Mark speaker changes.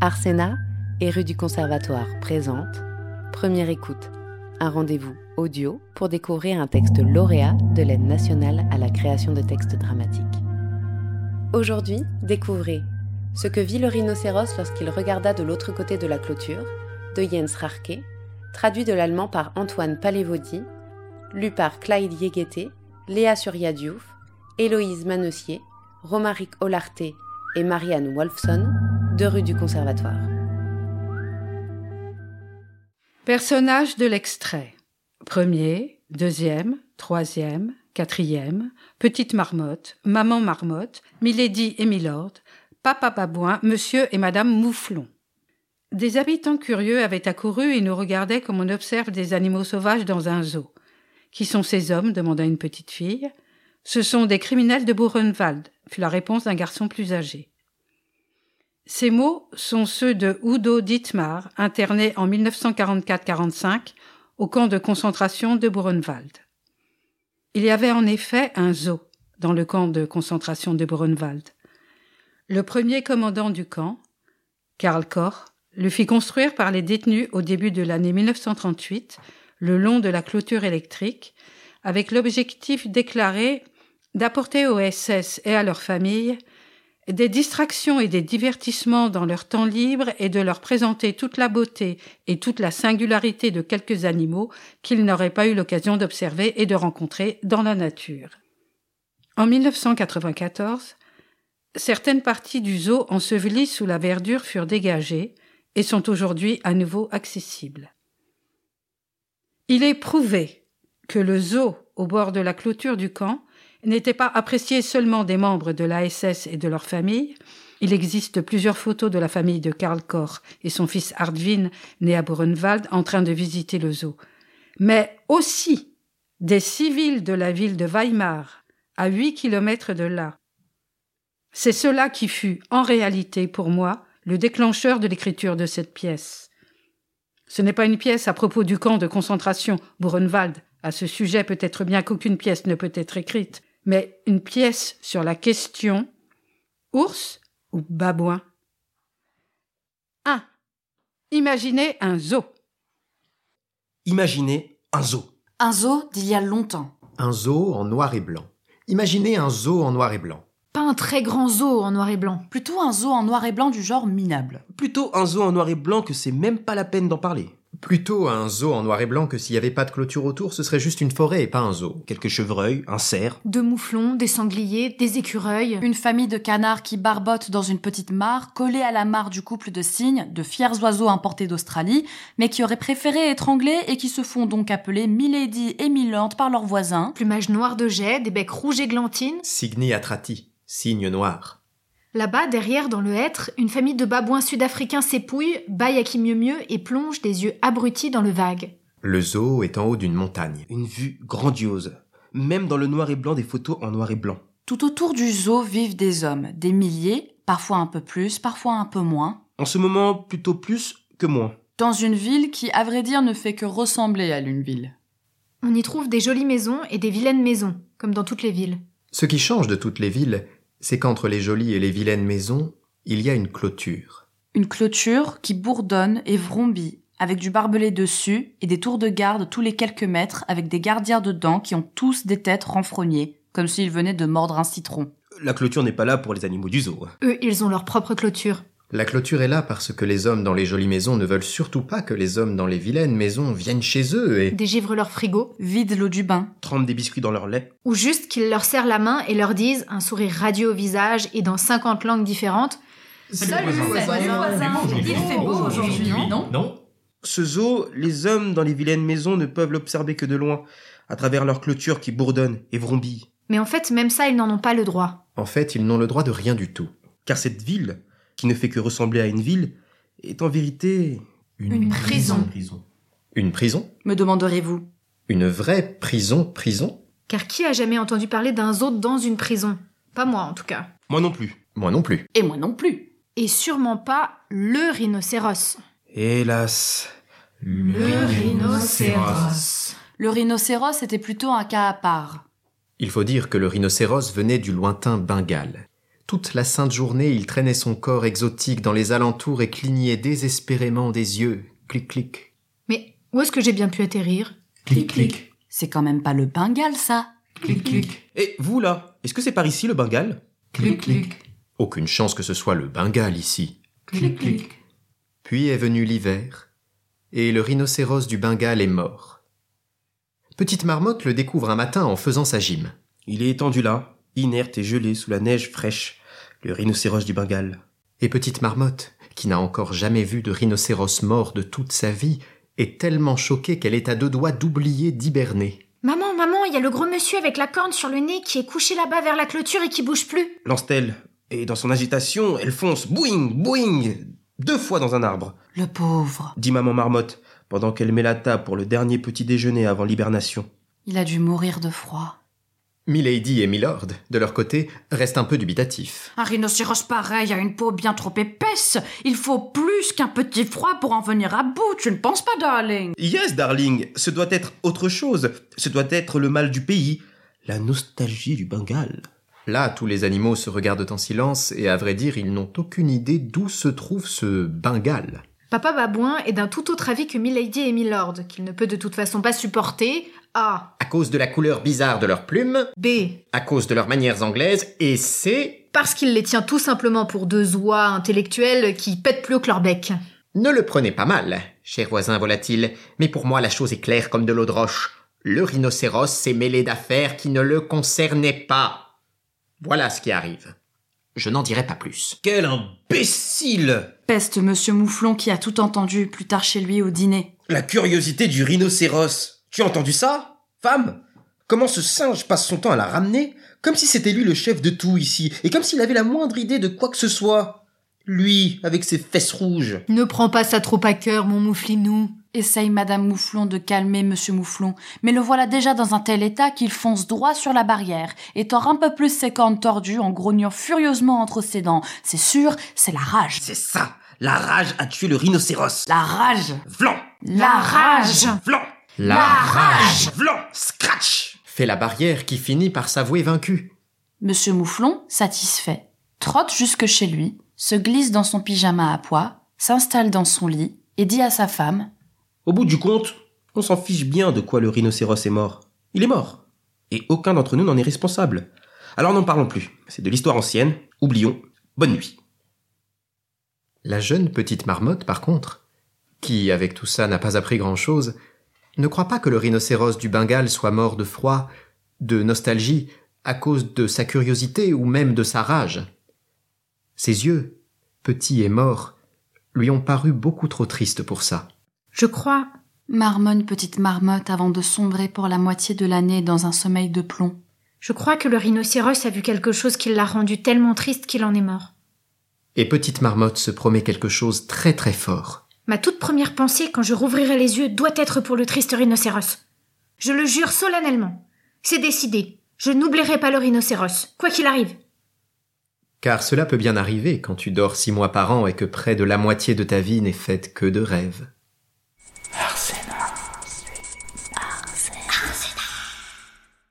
Speaker 1: Arsena et rue du Conservatoire présente Première écoute, un rendez-vous audio pour découvrir un texte lauréat de l'aide nationale à la création de textes dramatiques. Aujourd'hui, découvrez Ce que vit le rhinocéros lorsqu'il regarda de l'autre côté de la clôture de Jens Rarke, traduit de l'allemand par Antoine Palévody, lu par Clyde Yegueté, Léa Surya Diouf, Héloïse Manessier, Romaric Olarté et Marianne Wolfson, de rue du Conservatoire.
Speaker 2: Personnages de l'extrait. Premier, deuxième, troisième, quatrième, petite marmotte, maman marmotte, milady et milord, papa babouin, monsieur et madame mouflon. Des habitants curieux avaient accouru et nous regardaient comme on observe des animaux sauvages dans un zoo. Qui sont ces hommes demanda une petite fille. Ce sont des criminels de Buchenwald, fut la réponse d'un garçon plus âgé. Ces mots sont ceux de Udo Dittmar, interné en 1944-45 au camp de concentration de Buchenwald. Il y avait en effet un zoo dans le camp de concentration de Buchenwald. Le premier commandant du camp, Karl Koch, le fit construire par les détenus au début de l'année 1938, le long de la clôture électrique, avec l'objectif déclaré d'apporter aux SS et à leurs familles des distractions et des divertissements dans leur temps libre et de leur présenter toute la beauté et toute la singularité de quelques animaux qu'ils n'auraient pas eu l'occasion d'observer et de rencontrer dans la nature. En 1994, certaines parties du zoo ensevelies sous la verdure furent dégagées et sont aujourd'hui à nouveau accessibles. Il est prouvé que le zoo au bord de la clôture du camp n'était pas apprécié seulement des membres de l'ASS et de leur famille. Il existe plusieurs photos de la famille de Karl Koch et son fils Hartwin, né à Burenwald, en train de visiter le zoo. Mais aussi des civils de la ville de Weimar, à huit kilomètres de là. C'est cela qui fut, en réalité, pour moi, le déclencheur de l'écriture de cette pièce. Ce n'est pas une pièce à propos du camp de concentration Burenwald. À ce sujet, peut-être bien qu'aucune pièce ne peut être écrite mais une pièce sur la question ours ou babouin. 1. Imaginez un zoo.
Speaker 3: Imaginez un zoo.
Speaker 4: Un zoo d'il y a longtemps.
Speaker 5: Un zoo en noir et blanc. Imaginez un zoo en noir et blanc.
Speaker 4: Pas un très grand zoo en noir et blanc. Plutôt un zoo en noir et blanc du genre minable.
Speaker 3: Plutôt un zoo en noir et blanc que c'est même pas la peine d'en parler.
Speaker 5: Plutôt un zoo en noir et blanc que s'il n'y avait pas de clôture autour, ce serait juste une forêt et pas un zoo.
Speaker 3: Quelques chevreuils, un cerf.
Speaker 4: Deux mouflons, des sangliers, des écureuils. Une famille de canards qui barbotent dans une petite mare, collée à la mare du couple de cygnes, de fiers oiseaux importés d'Australie, mais qui auraient préféré étrangler et qui se font donc appeler Milady et Milord par leurs voisins.
Speaker 6: Plumage noir de jet, des becs rouges églantines.
Speaker 5: Signi atrati, cygne noir.
Speaker 6: Là-bas, derrière, dans le hêtre, une famille de babouins sud-africains s'épouille, baille à qui mieux mieux et plonge des yeux abrutis dans le vague.
Speaker 5: Le zoo est en haut d'une montagne.
Speaker 3: Une vue grandiose. Même dans le noir et blanc des photos en noir et blanc.
Speaker 4: Tout autour du zoo vivent des hommes, des milliers, parfois un peu plus, parfois un peu moins,
Speaker 3: En ce moment, plutôt plus que moins.
Speaker 4: dans une ville qui, à vrai dire, ne fait que ressembler à l'une ville.
Speaker 6: On y trouve des jolies maisons et des vilaines maisons, comme dans toutes les villes.
Speaker 5: Ce qui change de toutes les villes, c'est qu'entre les jolies et les vilaines maisons, il y a une clôture.
Speaker 4: Une clôture qui bourdonne et vrombit, avec du barbelé dessus et des tours de garde tous les quelques mètres avec des gardières dedans qui ont tous des têtes renfrognées, comme s'ils venaient de mordre un citron.
Speaker 3: La clôture n'est pas là pour les animaux du zoo.
Speaker 6: Eux, ils ont leur propre clôture.
Speaker 5: La clôture est là parce que les hommes dans les jolies maisons ne veulent surtout pas que les hommes dans les vilaines maisons viennent chez eux et...
Speaker 6: Dégivrent leur frigo,
Speaker 4: Vide l'eau du bain,
Speaker 3: Trempe des biscuits dans leur lait.
Speaker 6: ou juste qu'ils leur serrent la main et leur disent, un sourire radieux au visage et dans 50 langues différentes,
Speaker 4: Salut, voisin. salut, voisin. Il fait beau aujourd'hui, non
Speaker 5: Non
Speaker 3: Ce zoo, les hommes dans les vilaines maisons ne peuvent l'observer que de loin, à travers leur clôture qui bourdonne et vrombille.
Speaker 6: mais en fait, même ça, ils n'en ont pas le droit.
Speaker 5: En fait, ils n'ont le droit de rien du tout.
Speaker 3: Car cette ville, qui ne fait que ressembler à une ville, est en vérité
Speaker 4: Une prison.
Speaker 5: Une prison
Speaker 4: me demanderez-vous.
Speaker 5: Une vraie prison prison
Speaker 6: Car qui a jamais entendu parler d'un zoo dans une prison Pas moi, en tout cas.
Speaker 3: Moi non plus.
Speaker 5: Moi non plus.
Speaker 4: Et moi non plus.
Speaker 6: Et sûrement pas le rhinocéros.
Speaker 3: Hélas.
Speaker 6: Le
Speaker 4: rhinocéros. Le rhinocéros était plutôt un cas à part.
Speaker 5: Il faut dire que le rhinocéros venait du lointain Bengale. Toute la sainte journée, il traînait son corps exotique dans les alentours et clignait désespérément des yeux. Clic, clic.
Speaker 6: Mais où est-ce que j'ai bien pu atterrir
Speaker 5: Clic, clic.
Speaker 4: C'est quand même pas le Bengale, ça.
Speaker 5: Clic, clic.
Speaker 3: Et vous là, est-ce que c'est par ici le Bengale
Speaker 5: Clic, clic. Aucune chance que ce soit le Bengale ici.
Speaker 4: Clic, clic.
Speaker 5: Puis est venu l'hiver, et le rhinocéros du Bengale est mort. Petite Marmotte le découvre un matin en faisant sa gym.
Speaker 3: Il est étendu là, inerte et gelé sous la neige fraîche, le rhinocéros du Bengale.
Speaker 5: Et Petite Marmotte, qui n'a encore jamais vu de rhinocéros mort de toute sa vie, est tellement choquée qu'elle est à deux doigts d'oublier d'hiberner.
Speaker 6: Maman, maman, il y a le gros monsieur avec la corne sur le nez qui est couché là-bas vers la clôture et qui bouge plus.
Speaker 3: Lance-t-elle, et dans son agitation, elle fonce boing, boing, deux fois dans un arbre,
Speaker 4: Le pauvre.
Speaker 3: dit maman marmotte, pendant qu'elle met la table pour le dernier petit déjeuner avant l'hibernation.
Speaker 4: Il a dû mourir de froid.
Speaker 5: Milady et Milord, de leur côté, restent un peu dubitatifs.
Speaker 4: Un rhinocéros pareil a une peau bien trop épaisse. Il faut plus qu'un petit froid pour en venir à bout, tu ne penses pas, darling
Speaker 3: Yes, darling, ce doit être autre chose, ce doit être le mal du pays, la nostalgie du Bengale.
Speaker 5: Là, tous les animaux se regardent en silence et à vrai dire, ils n'ont aucune idée d'où se trouve ce Bengale.
Speaker 6: Papa Babouin est d'un tout autre avis que Milady et Milord, qu'il ne peut de toute façon pas supporter. A.
Speaker 5: À cause de la couleur bizarre de leurs plumes,
Speaker 6: B.
Speaker 5: à cause de leurs manières anglaises, et c'est...
Speaker 6: Parce qu'il les tient tout simplement pour deux oies intellectuelles qui pètent plus haut que leur bec.
Speaker 5: Ne le prenez pas mal, cher voisin volatile, mais pour moi la chose est claire comme de l'eau de roche. Le rhinocéros s'est mêlé d'affaires qui ne le concernaient pas. Voilà ce qui arrive. Je n'en dirai pas plus.
Speaker 3: Quel imbécile
Speaker 4: Peste Monsieur Mouflon qui a tout entendu plus tard chez lui au dîner.
Speaker 3: La curiosité du rhinocéros. Tu as entendu ça Femme Comment ce singe passe son temps à la ramener Comme si c'était lui le chef de tout ici, et comme s'il avait la moindre idée de quoi que ce soit. Lui, avec ses fesses rouges.
Speaker 6: Ne prends pas ça trop à cœur, mon mouflinou.
Speaker 4: Essaye Madame Mouflon de calmer Monsieur Mouflon, mais le voilà déjà dans un tel état qu'il fonce droit sur la barrière et tord un peu plus ses cornes tordues en grognant furieusement entre ses dents. C'est sûr, c'est la rage.
Speaker 3: C'est ça La rage a tué le rhinocéros
Speaker 4: La rage
Speaker 3: Vlan
Speaker 4: La rage
Speaker 3: Vlan
Speaker 5: La
Speaker 4: rage
Speaker 3: Vlan Scratch
Speaker 5: fait la barrière qui finit par s'avouer vaincu.
Speaker 4: Monsieur Mouflon, satisfait, trotte jusque chez lui, se glisse dans son pyjama à pois, s'installe dans son lit et dit à sa femme
Speaker 3: Au bout du compte, on s'en fiche bien de quoi le rhinocéros est mort. Il est mort. Et aucun d'entre nous n'en est responsable. Alors n'en parlons plus. C'est de l'histoire ancienne. Oublions. Bonne nuit.
Speaker 5: La jeune petite marmotte, par contre, qui, avec tout ça, n'a pas appris grand-chose, ne croit pas que le rhinocéros du Bengale soit mort de froid, de nostalgie, à cause de sa curiosité ou même de sa rage. Ses yeux, petits et morts, lui ont paru beaucoup trop tristes pour ça.
Speaker 6: Je crois.
Speaker 4: Marmonne petite marmotte avant de sombrer pour la moitié de l'année dans un sommeil de plomb.
Speaker 6: Je crois que le rhinocéros a vu quelque chose qui l'a rendu tellement triste qu'il en est mort.
Speaker 5: Et petite marmotte se promet quelque chose très très fort.
Speaker 6: Ma toute première pensée quand je rouvrirai les yeux doit être pour le triste rhinocéros. Je le jure solennellement. C'est décidé. Je n'oublierai pas le rhinocéros, quoi qu'il arrive.
Speaker 5: Car cela peut bien arriver quand tu dors six mois par an et que près de la moitié de ta vie n'est faite que de rêves.